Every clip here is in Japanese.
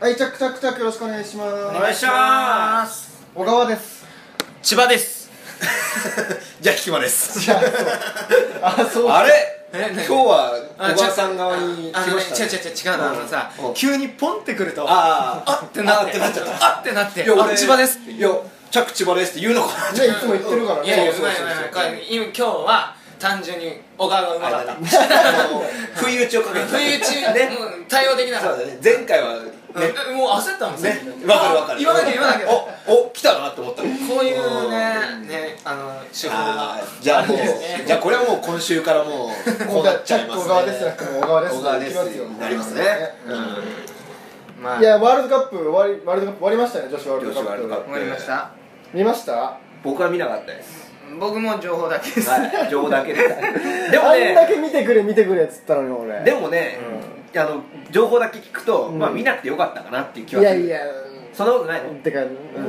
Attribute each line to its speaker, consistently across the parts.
Speaker 1: はい、チャックチャックチャックよろしくお願いします。
Speaker 2: お願いします
Speaker 1: 小川です。
Speaker 2: 千葉です じゃあ聞きまです
Speaker 1: じゃあ、そう。あ、そう。
Speaker 2: あれ
Speaker 3: え
Speaker 2: 今
Speaker 3: 何
Speaker 2: 日は
Speaker 3: あ
Speaker 2: 小川さん側に来
Speaker 3: あの
Speaker 2: ま
Speaker 3: ね、
Speaker 2: した
Speaker 3: 違う違う違う、違うの、あのさ
Speaker 2: うん、
Speaker 3: 急にポンってくると、あ
Speaker 2: ああ
Speaker 3: ってなっ、
Speaker 2: あっててなっちゃった
Speaker 3: あってなって、
Speaker 2: いや俺
Speaker 3: あ千葉です。
Speaker 2: いやチャック千葉ですって言うのかな
Speaker 1: じゃあ、いつも言ってるからね。
Speaker 3: いやいや、う
Speaker 2: そうそう
Speaker 3: まい
Speaker 2: そうう
Speaker 3: まいうまい。今今日は、単純に、小川がうまかった。
Speaker 2: 不意打ちをかけて
Speaker 3: 不意打ち、
Speaker 2: ね
Speaker 3: もう対応できな
Speaker 2: そ
Speaker 3: か
Speaker 2: う
Speaker 3: っ
Speaker 2: だね前回はね
Speaker 3: た。うんもう焦ったもん
Speaker 2: ねわかるわかる
Speaker 3: 言わなきゃ言わなきゃ。こ
Speaker 2: おお来たなって思った
Speaker 3: ういうね、ね、あの、手法
Speaker 2: あ
Speaker 3: が。
Speaker 2: ーじゃあもう
Speaker 3: あるんですね
Speaker 2: じゃあこれはもう今週からもうこうなっちゃいますね
Speaker 1: 小川ですじゃなくても小川です
Speaker 2: 小川ですになりますね
Speaker 1: う
Speaker 3: まあ、
Speaker 1: いや、ワールドカップ終わり、ワールドカップ終わりましたね、女子ワールド
Speaker 2: 女子ワールド
Speaker 1: カ
Speaker 2: カ
Speaker 1: ッ
Speaker 2: ッ
Speaker 1: プ。
Speaker 3: 終わりました。
Speaker 1: 見ました
Speaker 2: 僕は見なかったです
Speaker 3: 僕も情報だけです。
Speaker 2: はい情報だけですでも
Speaker 1: あ んだ
Speaker 2: ね
Speaker 1: け見てくれ、見てくれっつったのに、俺。
Speaker 2: でもねあの情報だけ聞くとまあ見なくてよかったかなっていう気はいす
Speaker 1: や
Speaker 2: る
Speaker 1: いや。
Speaker 2: そんなことないの
Speaker 1: てか、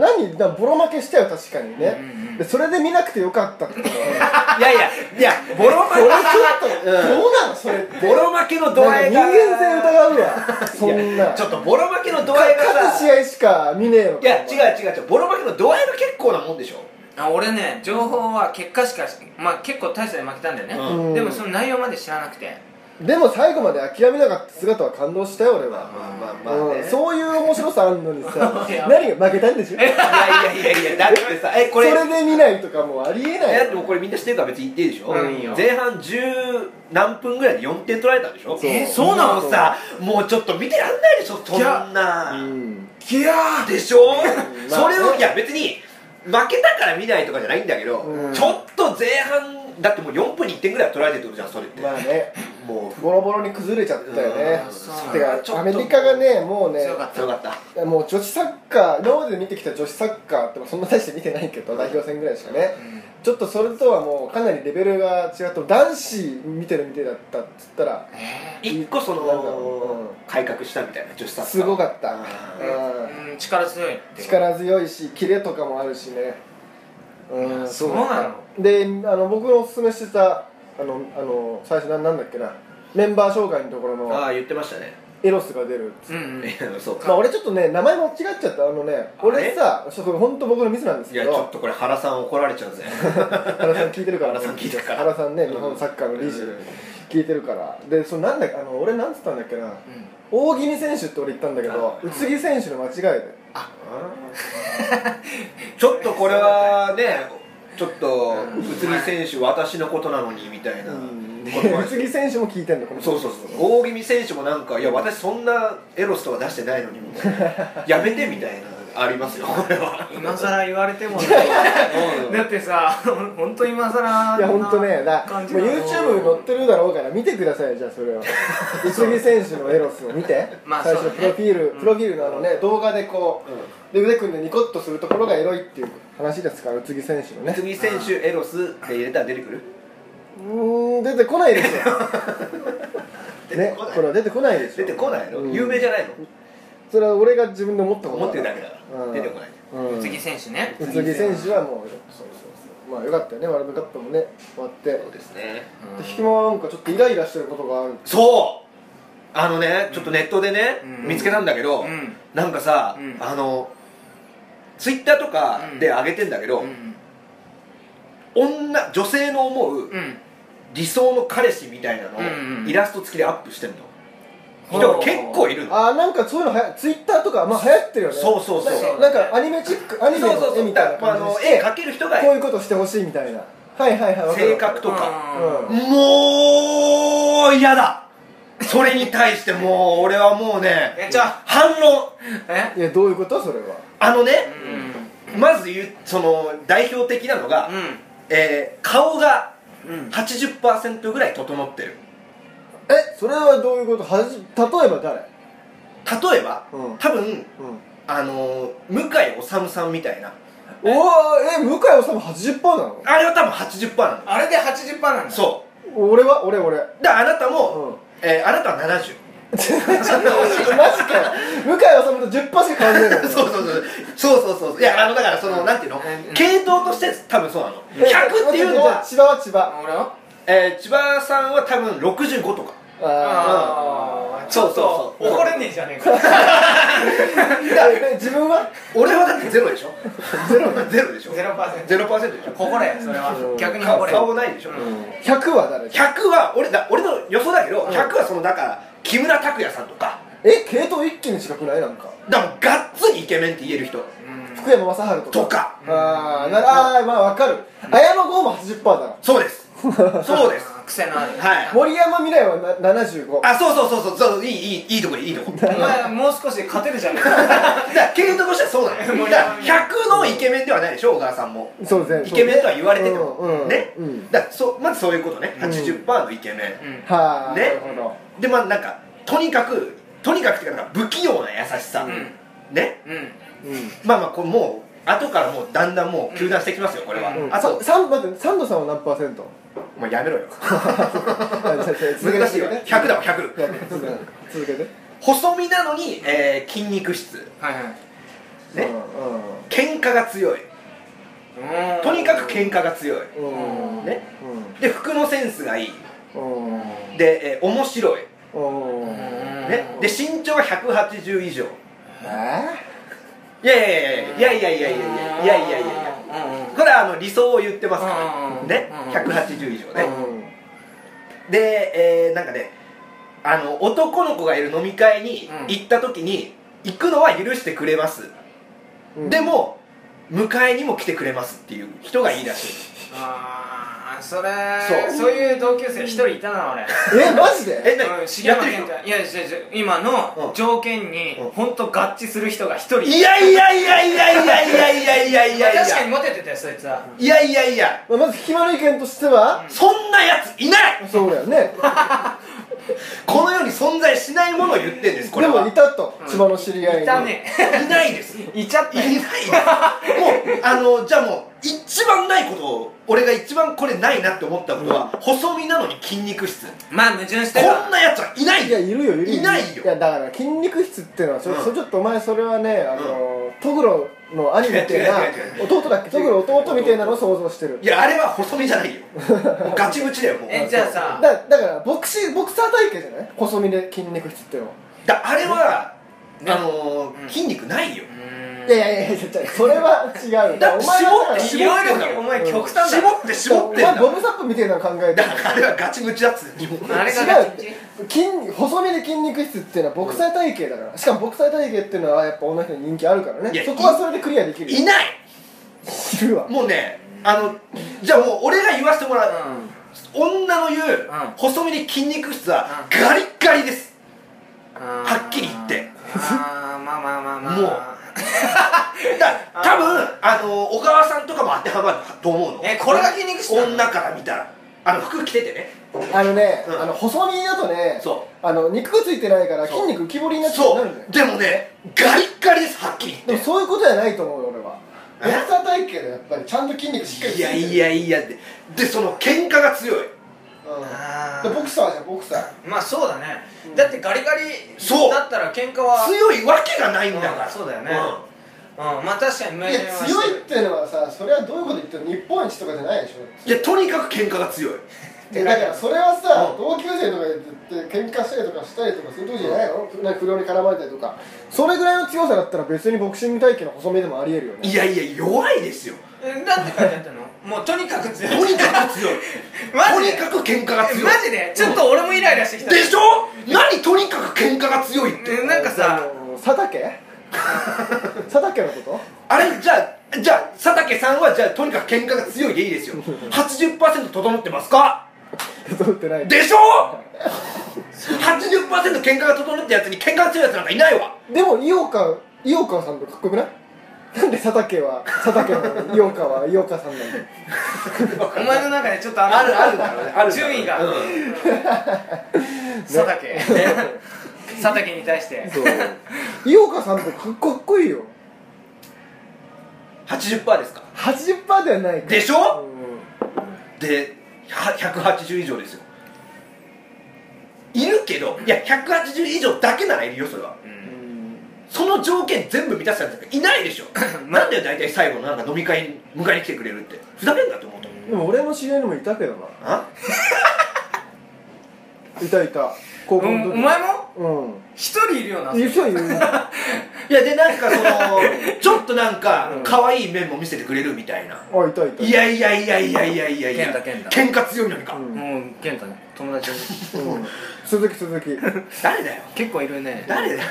Speaker 1: 何だボロ負けしたよ確かにね、でそれで見なくてよかったって
Speaker 2: いやいやいやボロ負
Speaker 1: それちょっと、
Speaker 2: うん
Speaker 1: どうなのそれって
Speaker 2: けボロ負けの度合
Speaker 1: なんか
Speaker 2: い
Speaker 1: 人
Speaker 2: が
Speaker 1: 間性疑うわそん
Speaker 2: いや
Speaker 1: な
Speaker 2: ちょっとボロ負けの度合いが
Speaker 1: 勝つ
Speaker 2: さ
Speaker 1: 試合しか見ねえの
Speaker 2: いや違う違う違うボロ負けの度合いが結構なもんでしょ
Speaker 3: あ俺ね情報は結果しかしまあ結構大差で負けたんだよね、
Speaker 2: うん
Speaker 3: でもその内容まで知らなくて
Speaker 1: でも最後まで諦めなかった姿は感動したよ俺は、
Speaker 2: まあ
Speaker 1: うんそういう面白さあるのにさ
Speaker 3: いや
Speaker 1: 何が負けたんでしょ
Speaker 2: いやいやいやいやだってさえこ
Speaker 1: そ
Speaker 2: れ
Speaker 1: れで見ないとかもうありえない
Speaker 2: えだってもうこれみんな知ってるから別に言っていいでしょ、
Speaker 3: うんいいよ
Speaker 2: 前半10何分ぐらいで4点取られたんでしょ
Speaker 1: そう
Speaker 2: えそうなのさもうちょっと見てらんないでしょそん
Speaker 1: う
Speaker 2: なんギャーでしょ、
Speaker 1: ん
Speaker 2: それ
Speaker 1: まあ
Speaker 2: を
Speaker 1: ね
Speaker 2: いや別に負けたから見ないとかじゃないんだけど、
Speaker 1: うん
Speaker 2: ちょっと前半だってもう4分に1点ぐらいは取られてるってことじゃんそれって、
Speaker 1: まあね
Speaker 2: もう
Speaker 1: ボロボロに崩れちゃったよね
Speaker 2: うん
Speaker 3: そう
Speaker 1: て
Speaker 2: ちょっ
Speaker 1: か
Speaker 2: と
Speaker 1: アメリカがねもうね
Speaker 3: 強かっ
Speaker 2: よかった
Speaker 1: もう女子サッカー今まで見てきた女子サッカーってそんな大して見てないけど代表戦ぐらいしかね、ちょっとそれとはもうかなりレベルが違って男子見てるみたいだったっつったら
Speaker 2: 一個そ
Speaker 1: なんだろ
Speaker 2: の改革したみたいな女子サッカー
Speaker 1: すごかった、
Speaker 2: あ
Speaker 1: うん
Speaker 3: うん力強いって
Speaker 1: 力強いしキレとかもあるしねうん
Speaker 3: そう
Speaker 1: だった
Speaker 3: なの
Speaker 1: であの僕のおすすめしてたあのあの最初ななんだっけなメンバー紹介のところ
Speaker 2: ーあ
Speaker 1: の
Speaker 2: ー言ってましたね
Speaker 1: エロスが出る
Speaker 3: うんう ん
Speaker 2: そう
Speaker 1: まあ俺ちょっとね名前間違っちゃったあのね俺さちょっと本当僕のミスなんです
Speaker 2: い
Speaker 1: け
Speaker 2: やち
Speaker 1: ど
Speaker 2: ょっとこれ原さん怒られちゃうぜ
Speaker 1: 原さん聞いてるから
Speaker 2: 原さん聞いてるから
Speaker 1: 原さんね日本サッカーの理事
Speaker 2: うん
Speaker 1: 聞いてるからでそのなんだっけあの俺なんつったんだっけな大喜利選手って俺言ったんだけど
Speaker 2: あ
Speaker 1: 宇津木選手の間違いで
Speaker 2: ちょっとこれはねちょっと宇津木選手私のことなのにみたいなことは
Speaker 1: 宇津木選手も聞いてんのこの人
Speaker 2: そうそうそう大気味選手もなんかいや私そんなエロスとか出してないのにみた いなやめてみたいなありますよこれは
Speaker 3: 今さら言われて もね
Speaker 2: うん
Speaker 3: だってさ 本当今さら
Speaker 1: いや本当ねだもう
Speaker 3: 感じなの
Speaker 1: YouTube に載ってるだろうから見てくださいよじゃあそ れを宇津木選手のエロスを見て、
Speaker 3: まあ
Speaker 1: 最初
Speaker 3: そう
Speaker 1: プ
Speaker 3: だね
Speaker 1: ロフィール、プロフィールのあのね動画でこう、で腕組んでニコッとするところがエロいっていう話ですから宇津木選手の
Speaker 2: 宇
Speaker 1: ね
Speaker 2: 津木選手エロスって入れたら出てくる
Speaker 1: うーん出てこない ですよね
Speaker 2: こない
Speaker 1: これは出てこないでしょ
Speaker 2: 出てこないの
Speaker 1: うん
Speaker 2: 有名じゃないの
Speaker 1: それは俺が自分で思ったこと
Speaker 2: 思ってるだけだから出てこない
Speaker 1: うん、宇
Speaker 3: 次選手ね
Speaker 1: 津木選手はもうそうそうそうまあよかったよねワールドカップもね終わってで
Speaker 2: そうですね
Speaker 1: 引きもなんかちょっとイライラしてることがある
Speaker 2: そうあのねちょっとネットでね、
Speaker 3: うん
Speaker 2: 見つけたんだけど、
Speaker 3: うん
Speaker 2: なんかさ、
Speaker 3: うん
Speaker 2: あのツイッターとかで上げてんだけど、
Speaker 3: うん
Speaker 2: 女女性の思う
Speaker 3: うん
Speaker 2: 理想の彼氏みたいなのを
Speaker 3: うんうん
Speaker 2: イラスト付きでアップしてんの、
Speaker 3: ほう
Speaker 2: 人が結構いるの
Speaker 1: あーなんかそういうのはやツイッターとかまあ流行ってるよね
Speaker 2: そうそうそう
Speaker 1: なんかなんかアニメチックアニメ
Speaker 2: そうそう
Speaker 1: の
Speaker 2: そ
Speaker 1: 絵
Speaker 2: う
Speaker 1: みたいな
Speaker 2: まあ
Speaker 1: 感
Speaker 2: あ
Speaker 1: じ
Speaker 2: の
Speaker 1: にして
Speaker 2: 絵描ける人が
Speaker 1: こういうことしてほしいみたいなはいはいはいわかる
Speaker 2: 性
Speaker 1: わかる
Speaker 2: 格とか
Speaker 1: うん
Speaker 2: もう嫌だそれに対してもう俺はもうね
Speaker 3: えじゃ
Speaker 2: 反論
Speaker 3: あえ
Speaker 1: いやどういうことそれは
Speaker 2: あのね、
Speaker 3: う
Speaker 2: まず言うその代表的なのが、
Speaker 3: ん
Speaker 2: えー顔が
Speaker 3: うん
Speaker 2: 80%ぐらい整ってる
Speaker 1: えそれはどういうことはじ例えば誰
Speaker 2: 例えば、
Speaker 1: うん
Speaker 2: 多分
Speaker 1: うん
Speaker 2: あのー向井理さんみたいな
Speaker 1: おおえ向井治80%なの
Speaker 2: あれは多分80%な
Speaker 3: あれで80%なんだ
Speaker 2: のそ
Speaker 1: 俺は俺俺
Speaker 2: うであなたも、えーあなたは70
Speaker 1: マジかよ向井治と10%しか変わんねえの
Speaker 2: そうそうそうそうそうそうそういやあのだからその、なんていうの、
Speaker 3: うん
Speaker 2: 系統として多分そうなの、
Speaker 1: え
Speaker 2: 100っていうのは、
Speaker 1: 待って待って千葉は千葉
Speaker 3: 俺は
Speaker 2: えー千葉さんは多分65とか
Speaker 1: あ
Speaker 3: あーち
Speaker 2: そう
Speaker 3: ょ
Speaker 2: そ
Speaker 3: っと
Speaker 2: うそう
Speaker 3: 怒れねえじゃねえか
Speaker 1: あ自分は
Speaker 2: 俺はだってゼロでしょゼロゼロでしょ
Speaker 3: ゼロパーセント
Speaker 2: ゼロパーセントでしょ
Speaker 3: 誇れそれは逆に
Speaker 2: 顔
Speaker 3: 誇れ
Speaker 2: 顔ないでしょ、
Speaker 3: うん
Speaker 1: 100は誰
Speaker 2: 100は俺だ俺の予想だけど、100はそのだから木村拓哉さんとか
Speaker 1: え系統一気に近くないなんか
Speaker 2: だからもうがっつりイケメンって言える人
Speaker 1: 福山雅治とか
Speaker 2: とか
Speaker 1: あーなあーまあわかる綾野剛も80%だな
Speaker 2: そうですそうです
Speaker 3: あー癖のある
Speaker 2: はい
Speaker 1: 森山未来はな75
Speaker 2: あそうそうそうそうそういいいいいいとこいいとこだか
Speaker 3: お前もう少しで勝てるじゃねえか
Speaker 2: ら系統としてはそうなのよだから100のイケメンではないでしょ小川さんも
Speaker 1: そうですね
Speaker 2: イケメンとは言われてても、
Speaker 1: うんうん
Speaker 2: ね、
Speaker 1: うん
Speaker 2: だからそうまずそういうことね80%のイケメン、
Speaker 3: うん
Speaker 1: はあ
Speaker 2: ね
Speaker 1: なるほど
Speaker 2: でまあなんかとにかくとにかくっていうかなんか不器用な優しさ、
Speaker 3: う
Speaker 2: ね
Speaker 3: うん
Speaker 1: うん
Speaker 2: まあまあこれもう後からもうだんだんもう球団してきますよこれは、
Speaker 3: うん
Speaker 2: あ
Speaker 1: あ
Speaker 2: と
Speaker 1: とサン待ってサンドさんは何パーセント
Speaker 2: もうやめろよ
Speaker 1: あじゃあじゃあ続けて
Speaker 2: 難しいよ
Speaker 1: 続けて
Speaker 2: 100だわ100
Speaker 1: 続けて続けて
Speaker 2: 細身なのに、えー筋肉質
Speaker 3: はいはい
Speaker 2: ね
Speaker 1: う
Speaker 2: 喧嘩が強い
Speaker 3: うん
Speaker 2: とにかく喧嘩が強い
Speaker 1: んうんうん
Speaker 2: ねで服のセンスがいい
Speaker 1: うんうん
Speaker 2: で、えー面白い、
Speaker 1: うん
Speaker 2: ね、で身長が180以上
Speaker 1: え
Speaker 2: いやいやいやいやいやいやいやいやいやいやいやいやいやこれはあの理想を言ってますからね
Speaker 3: うん
Speaker 2: 180以上
Speaker 1: ー
Speaker 2: ねで、えーなんかねあの男の子がいる飲み会に
Speaker 3: うん
Speaker 2: 行った時に行くのは許してくれます、
Speaker 1: うん
Speaker 2: でも迎えにも来てくれますっていう人がいいらしい
Speaker 3: ああそれ
Speaker 2: そう
Speaker 3: そういう同級生一人いたな俺
Speaker 1: えマジで
Speaker 2: えな
Speaker 3: うん
Speaker 2: やっ
Speaker 3: 重
Speaker 2: て
Speaker 3: 山
Speaker 2: る人
Speaker 3: 健太いや違う違う今の条件に
Speaker 2: うん
Speaker 3: 本当合致する人が一人
Speaker 2: いやいやいやいやいやいやいやいやいやいや
Speaker 3: 確かにモテてたよそいつはい
Speaker 2: やいやいや
Speaker 1: まあまず暇の意見としては
Speaker 2: そんなやついない
Speaker 1: そうだよね
Speaker 2: この世に存在しないものを言ってんですこれ
Speaker 1: で
Speaker 2: は
Speaker 1: もいたと
Speaker 3: うん
Speaker 1: 千葉の知り合いに
Speaker 3: いたね
Speaker 2: いないですい
Speaker 3: いちゃっ
Speaker 2: な
Speaker 3: た
Speaker 2: いですもうあのじゃあもう一番ないことを俺が一番これないなって思ったことは、細身なのに筋肉質
Speaker 3: まあ矛盾してるわ
Speaker 2: こんなやつはいない
Speaker 1: いや
Speaker 2: よ
Speaker 1: いるよいる
Speaker 2: いないよ
Speaker 1: いやだから筋肉質っていうのはそ
Speaker 2: うん
Speaker 1: そちょっとお前それはねあのトグロの兄みたいな
Speaker 2: 違う違う違
Speaker 1: 弟だっけトグロ弟みたいなのを想像してる
Speaker 2: いやあれは細身じゃないよもうガチムチだよもう
Speaker 3: えじゃあさ
Speaker 1: だだからボクシーボクサー体型じゃない細身で筋肉質っていうのは
Speaker 2: だあれは、
Speaker 3: ね
Speaker 2: あのー
Speaker 3: うん
Speaker 2: 筋肉ないよ
Speaker 3: うーん
Speaker 1: いやいやいやいやそれは違う
Speaker 2: だって
Speaker 1: お前は
Speaker 2: 絞って
Speaker 3: いろいろお前極端だ
Speaker 2: 絞って絞ってん
Speaker 1: お前
Speaker 2: だ
Speaker 1: ボブサップみたいなの考えて
Speaker 2: だ
Speaker 1: る
Speaker 2: からあれはガチムチだっつってんの
Speaker 3: あれが
Speaker 1: 違う
Speaker 3: ガ
Speaker 1: っ
Speaker 3: チムチ
Speaker 1: て筋細身で筋肉質っていうのはボクサー体型だから、しかもボクサー体型っていうのはやっぱ女の人に人気あるから
Speaker 2: いや
Speaker 1: ねそこはそれでクリアできるよ
Speaker 2: いない
Speaker 1: いるわ
Speaker 2: もうねあのじゃあもう俺が言わせてもらう、
Speaker 3: うん
Speaker 2: 女の言う、
Speaker 3: ん
Speaker 2: 細身で筋肉質はガリッガリですは
Speaker 3: は
Speaker 2: っきり言って
Speaker 3: あーまあまあまあまあ
Speaker 2: もだ
Speaker 3: あー
Speaker 2: 多分あの小川さんとかも当てはまると思うの
Speaker 3: えこれが筋肉質なの
Speaker 2: 女から見たらあの服着ててね
Speaker 1: あのね、
Speaker 2: うん
Speaker 1: あの細身だとね
Speaker 2: そ
Speaker 1: あの肉がついてないから
Speaker 2: そう
Speaker 1: 筋肉浮き彫りになっちゃう
Speaker 2: そ
Speaker 1: なるんだよ
Speaker 2: うでもねガリッガリですはっきり
Speaker 1: で
Speaker 2: 言
Speaker 1: も
Speaker 2: っ
Speaker 1: そういうことじゃないと思うよ俺は
Speaker 2: え
Speaker 1: ボクサー体型でやっぱりちゃんと筋肉しっかり
Speaker 2: て
Speaker 1: つ
Speaker 2: いやい
Speaker 1: や、
Speaker 2: やいやででその喧嘩が強い
Speaker 3: あ
Speaker 1: う
Speaker 3: ー
Speaker 1: ん、でボクサーじゃんボクサー
Speaker 3: まあそうだねだってガリガリ
Speaker 2: そう
Speaker 3: だったら喧嘩は
Speaker 2: 強いわけがないんだから、
Speaker 3: うんそうだよね
Speaker 2: ん
Speaker 3: うんまあ確かに明
Speaker 1: い
Speaker 3: 言
Speaker 1: や
Speaker 3: は
Speaker 1: 強
Speaker 3: して
Speaker 1: いっ
Speaker 3: る
Speaker 1: ていうのはさそれはどういうこと言ってるの日本一とかじゃないでしょ
Speaker 2: いやとにかく喧嘩が強い
Speaker 1: でだからそれはさ、
Speaker 2: うん
Speaker 1: 同級生とかでって喧嘩したりとかしたりとかする時じゃないの、なんか不良に絡まれたりとかそれぐらいの強さだったら別にボクシング体型の細身でもありえるよね
Speaker 2: いやいや弱いですよ
Speaker 3: えなんて書いてあったのもうとにかく強い
Speaker 2: とにかく強い
Speaker 3: マ
Speaker 2: とに
Speaker 3: ジで
Speaker 2: かく喧嘩が強い
Speaker 3: えマジでちょっと俺もイライラしてきた
Speaker 2: でしょ何とにかく喧嘩が強いって
Speaker 3: えなんか
Speaker 1: あ
Speaker 3: さ
Speaker 1: の佐竹 佐竹のこと
Speaker 2: あれじゃあじゃあ佐竹さんはじゃあとにかく喧嘩が強いでいいで すよ80%整ってますか
Speaker 1: 整ってない
Speaker 2: でしょ80%喧嘩が整ったやつに喧嘩が強いやつなんかいないわ
Speaker 1: でも井岡井岡さんとかっこよくないなんで佐竹は佐竹の井岡は井岡さんなんだよ
Speaker 3: お前の中でちょっと
Speaker 2: あるあるだろうねあるだろうね
Speaker 3: 順位が
Speaker 2: うん
Speaker 3: 佐竹佐竹に対して
Speaker 1: 井岡さんとかかっこかっこいいよ
Speaker 2: 80%ですか
Speaker 1: 80%ではない
Speaker 2: でしょ
Speaker 1: うん
Speaker 2: では180以上ですよいるけどいや180以上だけならいるよそれはその条件全部満たしたやつなんかいないで しょなんだよ大体最後のなんか飲み会に迎えに来てくれるってふざけんなって思うと思う
Speaker 1: でも俺の知り合いにもいたけどな
Speaker 2: あ
Speaker 1: いたいた高
Speaker 3: う
Speaker 1: 校の
Speaker 3: ん
Speaker 1: 時
Speaker 3: お前も
Speaker 1: うん
Speaker 3: 一人いるよな
Speaker 1: 言う人いる
Speaker 2: いやでなんかそ のちょっとなんか
Speaker 3: うん
Speaker 2: 可愛い面も見せてくれるみたいな
Speaker 1: あいたいた
Speaker 2: いやいやいやいやいやいやいや
Speaker 3: 健太健太
Speaker 2: 喧嘩強いのにか、
Speaker 1: うん
Speaker 3: もう健太ね友 達に
Speaker 1: うん鈴木鈴木い
Speaker 2: 誰だよ
Speaker 3: 結構いるね
Speaker 2: 誰だよ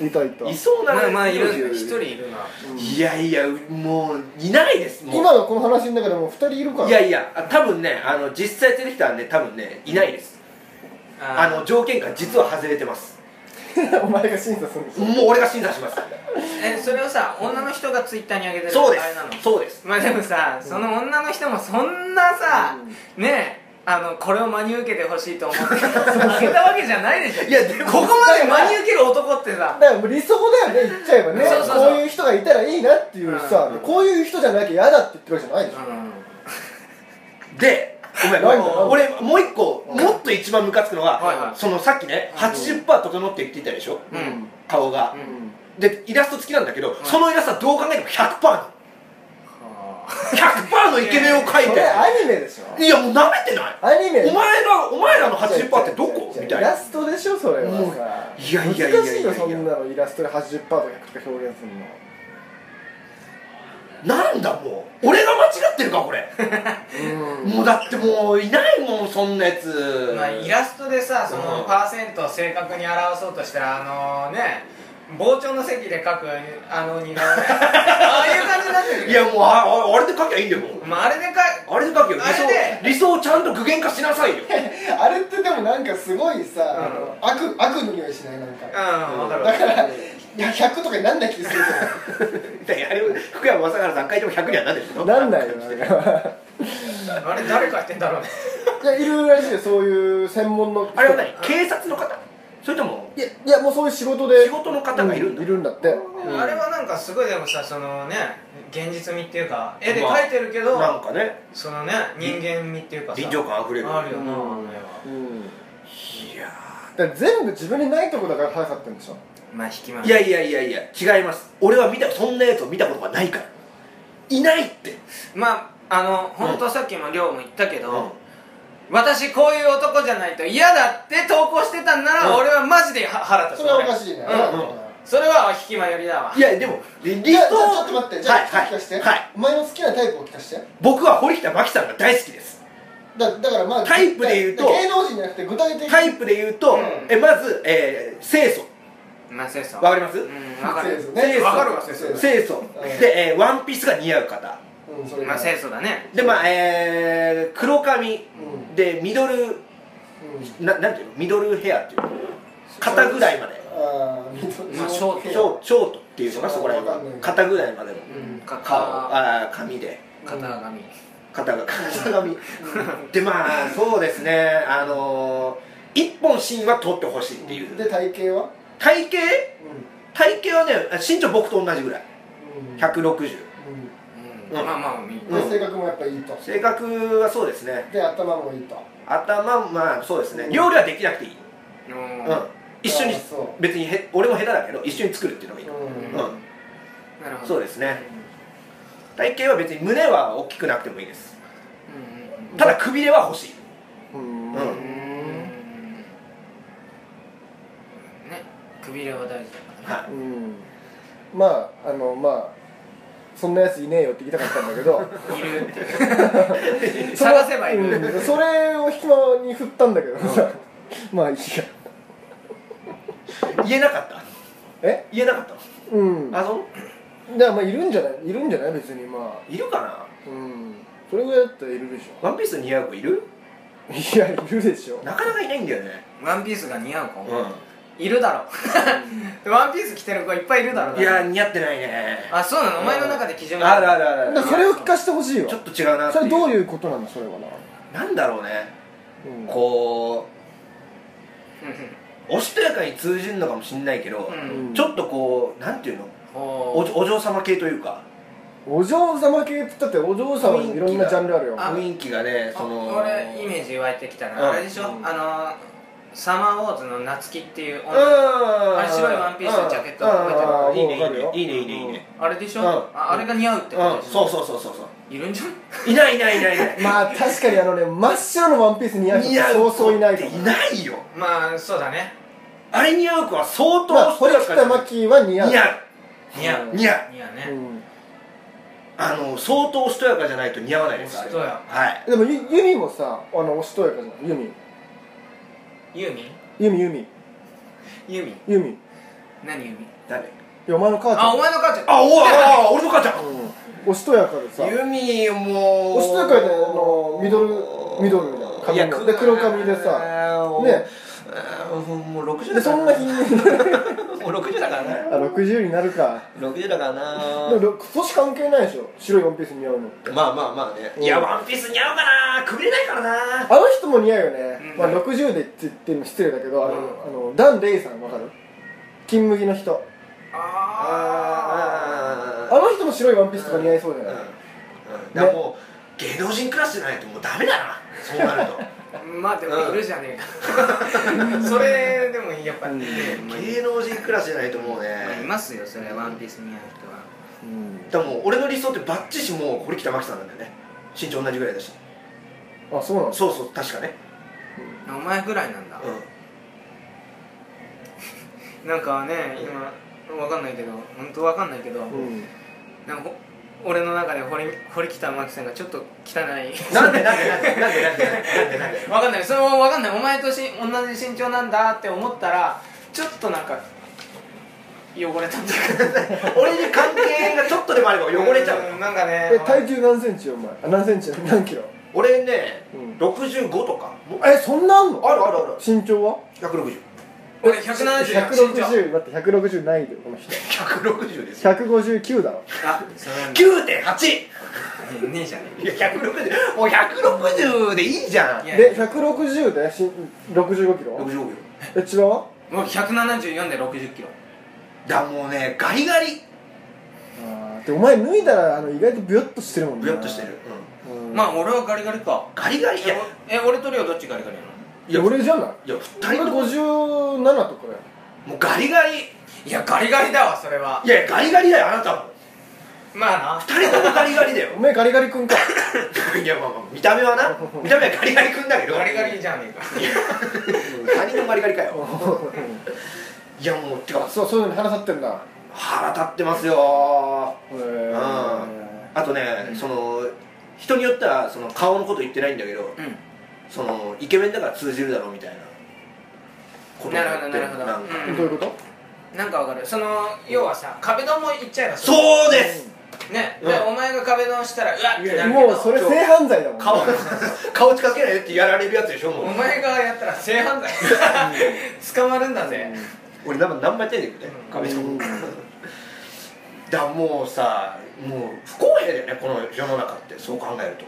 Speaker 1: たいた
Speaker 2: いそうな
Speaker 3: まあまあい
Speaker 1: いる
Speaker 3: る一人いるな
Speaker 2: うんいやいやもういないですもう
Speaker 1: 今のこの話の中でもう2人いるから
Speaker 2: いやいやあ多分ねあの実際出てきたんで多分ねいないですあの条件が実は外れてます
Speaker 1: お前が審査するんです
Speaker 2: も
Speaker 1: よ
Speaker 2: う俺が審査します
Speaker 3: えそれをさ女の人がツイッターに上げてる
Speaker 2: そうで
Speaker 3: あれなの
Speaker 2: すそうです
Speaker 3: まあでもさその女の人もそんなさ、ねえあのこれを真に受けてほしいと 思ってあげたわけじゃないでしょ
Speaker 2: いやでも
Speaker 3: ここまで真に受ける男ってさ
Speaker 1: だからもう理想だよね言っちゃえばね
Speaker 3: そうそうそう
Speaker 1: こういう人がいたらいいなっていうさ、
Speaker 3: うん
Speaker 1: こういう人じゃなきゃ嫌だって言ってるわけじゃないでしょ、
Speaker 2: でごめん
Speaker 1: なんだ
Speaker 2: 俺もう一個
Speaker 1: うん
Speaker 2: もっと一番ムカつくの
Speaker 3: はいは
Speaker 2: はいそのさっきね80%整って言ってたでしょ
Speaker 3: うん
Speaker 2: 顔が
Speaker 3: うん
Speaker 2: でイラスト付きなんだけどそのイラストはどう考えても100%なの100%のイケメンを描い
Speaker 1: そ
Speaker 2: て
Speaker 1: れアニメでしょ
Speaker 2: いやもうなめてない
Speaker 1: アニメ
Speaker 2: お前らお前らの80%ってどこみたい
Speaker 1: イラ
Speaker 2: な
Speaker 1: ストでしょそれは
Speaker 2: もう
Speaker 1: さ
Speaker 2: いやいやいやいや
Speaker 1: 難しいよそんなのイラストで80%とか100%とか表現するの
Speaker 2: なんだもう俺が間違ってるかこれ
Speaker 1: うん
Speaker 2: もうだってもういないもんそんなやつ
Speaker 3: まあ、イラストでさその
Speaker 2: うん
Speaker 3: パーセントを正確に表そうとしたらあのね傍聴の席で書くあの 似顔絵ああいう感じになってる
Speaker 2: いやもうあああれで書きゃいいんだよもう
Speaker 3: まあ、あれでか
Speaker 2: あれで書けよ
Speaker 3: あれで
Speaker 2: 理想理想をちゃんと具現化しなさいよ
Speaker 1: あれってでもなんかすごいさ、あ
Speaker 3: うん
Speaker 1: の悪悪の匂いしないなんか、
Speaker 3: うんわかる
Speaker 1: だからいや100とかになんない気する
Speaker 2: いやあれ福山雅治さん書いても100にはなんでし
Speaker 1: けど
Speaker 2: ょ
Speaker 1: なんないよなんか
Speaker 3: あれ誰書いてんだろうね
Speaker 1: いやいるらしいよそういう専門の人
Speaker 2: あれは何警察の方それとも
Speaker 1: いやいやもうそういう仕事で
Speaker 2: 仕事の方がいるんだ
Speaker 1: ういるんだって
Speaker 3: あれはなんかすごいでもさそのね現実味っていうか絵で描いてるけど、
Speaker 2: なんかね
Speaker 3: そのね人間味っていうかさ
Speaker 2: 臨場感あふれる
Speaker 3: あるよな、
Speaker 1: うん
Speaker 3: あれは
Speaker 1: うん
Speaker 2: いや
Speaker 1: だから全部自分にないとこだから早かったんでしょ
Speaker 3: まあ引きま
Speaker 2: ーいやいやいやいや違います俺は見たそんなやつを見たことがないからいないって
Speaker 3: まああの本当さっきも亮も言ったけど、
Speaker 2: うん
Speaker 3: 私こういう男じゃないと嫌だって投稿してたんなら、
Speaker 2: うん
Speaker 3: 俺はマジでは腹立つ
Speaker 1: それはおかしいね、
Speaker 3: ね
Speaker 1: うん
Speaker 2: うん
Speaker 3: それは引きまよりだわ
Speaker 2: いやでも理
Speaker 1: い
Speaker 2: 理
Speaker 1: や
Speaker 2: 想
Speaker 1: じゃあちょっと待ってじゃあ、
Speaker 2: はいはい
Speaker 1: 聞かして、
Speaker 2: はい
Speaker 1: お前の好きなタイプを聞かして
Speaker 2: 僕は堀北真希さんが大好きです
Speaker 1: だだからまあ
Speaker 2: タイプで言うと
Speaker 1: 芸能人じゃなくて具体的に
Speaker 2: タイプで言うと、
Speaker 3: うん
Speaker 2: えまず、えー、清楚
Speaker 3: まあ清楚
Speaker 2: わかります
Speaker 3: うんわかる
Speaker 1: 清楚
Speaker 2: 清
Speaker 1: ね
Speaker 2: 楚
Speaker 3: わかるわ清
Speaker 1: 楚
Speaker 2: 清楚
Speaker 1: うん
Speaker 2: で、えーワンピースが似合う方
Speaker 1: うんそれ
Speaker 3: まあ
Speaker 1: ぐらい
Speaker 3: 清楚だね
Speaker 2: でまあえー、黒髪
Speaker 1: うん
Speaker 2: でミドル
Speaker 1: うん
Speaker 2: ななんていうのミドルヘアっていうの肩ぐらいまで
Speaker 1: あーミドル
Speaker 3: まあショート
Speaker 2: ショーショートっていうのがそこら辺
Speaker 1: わかんない
Speaker 2: は肩ぐらいまでの
Speaker 3: うん
Speaker 2: 顔
Speaker 3: かか
Speaker 2: あー髪で
Speaker 3: 型紙
Speaker 2: 肩が肩髪でまあそうですねあのー、一本芯は取ってほしいってい
Speaker 1: で
Speaker 2: う
Speaker 1: 体型は
Speaker 2: 体型
Speaker 1: う
Speaker 2: 体型はね身長僕と同じぐらい
Speaker 1: んうん
Speaker 2: 160
Speaker 3: うん
Speaker 2: うん
Speaker 3: まあまあみ
Speaker 1: うんで性格もやっぱいいと
Speaker 2: 性格はそうですね
Speaker 1: で頭もいいと
Speaker 2: 頭まあそうですね料理はできなくていい、
Speaker 3: うん
Speaker 2: うん、一緒に
Speaker 1: あーそ
Speaker 2: 別にへ俺も下手だけど一緒に作るっていうのがいい、
Speaker 1: うん
Speaker 2: うん
Speaker 3: なるほど
Speaker 2: そう
Speaker 3: で
Speaker 2: ですね体型は別に胸は大きくなくてもいいです
Speaker 3: うん
Speaker 2: ただくびれは欲しい
Speaker 1: うん
Speaker 2: う
Speaker 3: うんうんうんうんねくびれは大事だからね
Speaker 2: は
Speaker 1: うんまああのまあそんなやついねえよって言いたかったんだけ ど
Speaker 3: いるって
Speaker 1: その
Speaker 3: 探せばいい
Speaker 1: うんそれを引き間に振ったんだけどさ まあいいや
Speaker 2: い言えなかった
Speaker 1: え
Speaker 2: 言えなかった
Speaker 1: うんだか
Speaker 2: あそ
Speaker 1: らまあいるんじゃないいるんじゃない別にまあ
Speaker 2: ういるか
Speaker 1: うんそれぐらいだったらいるでし
Speaker 2: なワンピース似合う子いる
Speaker 1: ょいやいるでしょ
Speaker 2: なかなかいないんだよね
Speaker 3: ワンピースが似合う子、
Speaker 2: う
Speaker 3: いるだろワンピース着てる子いっぱいいるだろ
Speaker 2: んいや似合ってないね
Speaker 3: あそうなのお前の中で基準が
Speaker 2: あるあるあ
Speaker 1: だ
Speaker 2: る
Speaker 1: から
Speaker 2: ある
Speaker 1: それを聞かせてほしいわ
Speaker 2: ちょっと違うなって
Speaker 1: それどう
Speaker 2: いう
Speaker 1: いうことなのそれはな
Speaker 2: なんだろうね
Speaker 1: うん
Speaker 2: こ
Speaker 3: うん
Speaker 2: うおしとやかに通じるのかもしんないけど、
Speaker 3: うん
Speaker 1: うん
Speaker 2: ちょっとこうなんていうのお
Speaker 3: ほう
Speaker 2: お嬢様系というか
Speaker 1: お嬢様系って言ったってお嬢様にいろんなジャンルあるよ
Speaker 3: あ
Speaker 2: 雰囲気がねその
Speaker 3: あ俺イメージ湧いてきた
Speaker 2: う
Speaker 3: なんあれでしょ
Speaker 1: うん
Speaker 3: あのサマーウォーズの夏希っていう
Speaker 2: うん
Speaker 3: 女
Speaker 2: あ
Speaker 3: れ白いワンピースのジャケット
Speaker 2: うん
Speaker 3: 覚えてる
Speaker 2: いいね
Speaker 1: わかるよ
Speaker 2: いいねいいねいいねいいね
Speaker 3: あれでしょ
Speaker 2: うん
Speaker 3: ああれが似合うってこと
Speaker 2: うん
Speaker 3: でし
Speaker 2: そ
Speaker 3: ょ
Speaker 2: うそうそうそうそう
Speaker 3: いいるんじゃん
Speaker 2: いないいないいないいない
Speaker 1: まあ確かにあのね真っ白のワンピース似合う人
Speaker 2: 似合う
Speaker 1: そう
Speaker 2: 子
Speaker 1: そういない
Speaker 2: っ
Speaker 1: と
Speaker 2: て
Speaker 1: 思
Speaker 2: いうないよ
Speaker 3: まあそうだね
Speaker 2: あれ似合う子は相
Speaker 1: まあ
Speaker 2: 当
Speaker 1: 堀北真希は似合う
Speaker 2: 似合う
Speaker 3: 似合う
Speaker 2: 似合う
Speaker 3: いや
Speaker 1: う
Speaker 3: ね
Speaker 1: ん
Speaker 2: あの相当おしとやかじゃないと似合わないですあれ
Speaker 3: おしとや
Speaker 2: はい
Speaker 1: でもゆユミもさあのおしとやかじゃんユミ
Speaker 3: ユーミン
Speaker 1: ユミユミ
Speaker 3: ユーミン
Speaker 1: ユミい
Speaker 3: 何ユーミン
Speaker 2: 誰
Speaker 1: やお前の母ち
Speaker 3: あお
Speaker 1: ゃ
Speaker 3: 前の母ちゃん
Speaker 2: あおわあ俺の母ちゃん
Speaker 1: んうんおしとやかでさ
Speaker 2: ユミも
Speaker 1: おしとやかであのミドルミドルみたいな髪の
Speaker 2: いや
Speaker 1: で黒髪でさね
Speaker 2: あーもう60
Speaker 1: で
Speaker 2: だから
Speaker 1: そんな日
Speaker 2: もう60だからな
Speaker 1: あ60になるか
Speaker 2: 60だから
Speaker 1: でも
Speaker 2: な
Speaker 1: ろ年関係ないでしょ白いワンピース似合うの
Speaker 2: まあまあまあね
Speaker 1: うん
Speaker 2: いやワンピース似合うかなくびれないからな
Speaker 1: あの人も似合うよね、
Speaker 3: うん
Speaker 1: まあ、60でって言っても失礼だけどあの、
Speaker 3: うん
Speaker 1: あのダン・レイさんわかる金麦の人
Speaker 3: あ
Speaker 1: あ
Speaker 2: あ
Speaker 1: の人も白いワンピースとか似合いそうじゃない、
Speaker 2: うん、だからもう芸能人クラスじゃないともうダメだなそうなると
Speaker 3: あまあでもいるじゃねえか それでもやっぱねまあ
Speaker 2: 芸能人クラスじゃないともうね
Speaker 3: まあいますよそれワンピース似合う人は
Speaker 2: だからもう俺の理想ってバッチシもう堀北真希さんなんだよね身長同じぐらいだし
Speaker 1: あそうなんです
Speaker 2: そうそう確かね
Speaker 3: お前ぐらいなんだ
Speaker 2: う
Speaker 3: なんかね今わかんないけど本当わかんないけど
Speaker 1: うん
Speaker 3: なんかほ俺の中で堀堀北真希さんがちょっと汚
Speaker 2: ん
Speaker 3: い
Speaker 2: なんでなんでなんでなんでなんでなんでなん で
Speaker 3: わかんないそれもわかんないお前とし同じ身長なんだって思ったらちょっとなんか汚れたんだ
Speaker 2: 俺に関係がちょっとでもあれば汚れちゃう
Speaker 3: なんかね
Speaker 1: え体重何センチよお前あ何センチ何キロ
Speaker 2: 俺ね、
Speaker 1: うん
Speaker 2: 65とかもう
Speaker 1: えそんなあんの
Speaker 2: あるあるある
Speaker 1: 身長は
Speaker 2: 160
Speaker 3: 俺170
Speaker 1: 160待って160ないでこの人
Speaker 2: 160ですよ
Speaker 1: 159だろ
Speaker 3: あそれはね
Speaker 2: 9.8
Speaker 3: ねえじゃね
Speaker 2: いや160もう160でいいじゃん
Speaker 3: いや
Speaker 1: で160でしん65キロ
Speaker 2: 65秒
Speaker 1: え千葉は
Speaker 3: えもう174で60キロ
Speaker 2: だからもうねガリガリ
Speaker 1: あーでお前脱いだらあの意外とビヨッとしてるもんね
Speaker 2: ブヨッとしてる、
Speaker 1: うん
Speaker 3: まあ俺はガリガリか
Speaker 2: ガリガリいや
Speaker 3: え俺とリオどっちガリガリなの
Speaker 1: いや俺じゃない
Speaker 2: い
Speaker 1: 俺
Speaker 2: や2人とも
Speaker 1: 57とかや
Speaker 2: もうガリガリい
Speaker 3: いやガリガリだわそれは
Speaker 2: やガリガリだよあなたも
Speaker 3: まあな
Speaker 2: 2人ともガリガリだよ
Speaker 1: お前ガリガリ君か
Speaker 2: いやまあまあ見た目はな見た目はガリガリくんだけど
Speaker 3: ガリガリじゃねえか
Speaker 2: 他人のガリガリ かよいやもうてか
Speaker 1: そうそういうのに腹立ってんだ
Speaker 2: 腹立ってますよ
Speaker 1: へ
Speaker 2: うん
Speaker 1: え
Speaker 2: あとね、
Speaker 3: うん
Speaker 2: その人によってはその顔のこと言ってないんだけど
Speaker 3: うん
Speaker 2: そのイケメンだから通じるだろうみたいなことにって
Speaker 3: なるほどなるほど
Speaker 2: んか
Speaker 3: うん
Speaker 1: どういうこと
Speaker 3: なんかわかるその要はさ壁ドンも言っちゃえばう
Speaker 2: そうです
Speaker 3: ね
Speaker 2: うん
Speaker 3: でお前が壁ドンしたらうわっ
Speaker 1: い
Speaker 3: て
Speaker 1: や
Speaker 3: なるけど
Speaker 1: もうそれ性犯罪だもん
Speaker 2: 顔顔近づけないでってやられるやつでしょもう
Speaker 3: お前がやったら性犯罪 捕まるんだぜ
Speaker 2: 俺何何枚手でいくね
Speaker 3: うん
Speaker 2: 壁とか
Speaker 1: うん
Speaker 2: だもうさもう不公平だよねこの世の中ってそう考えると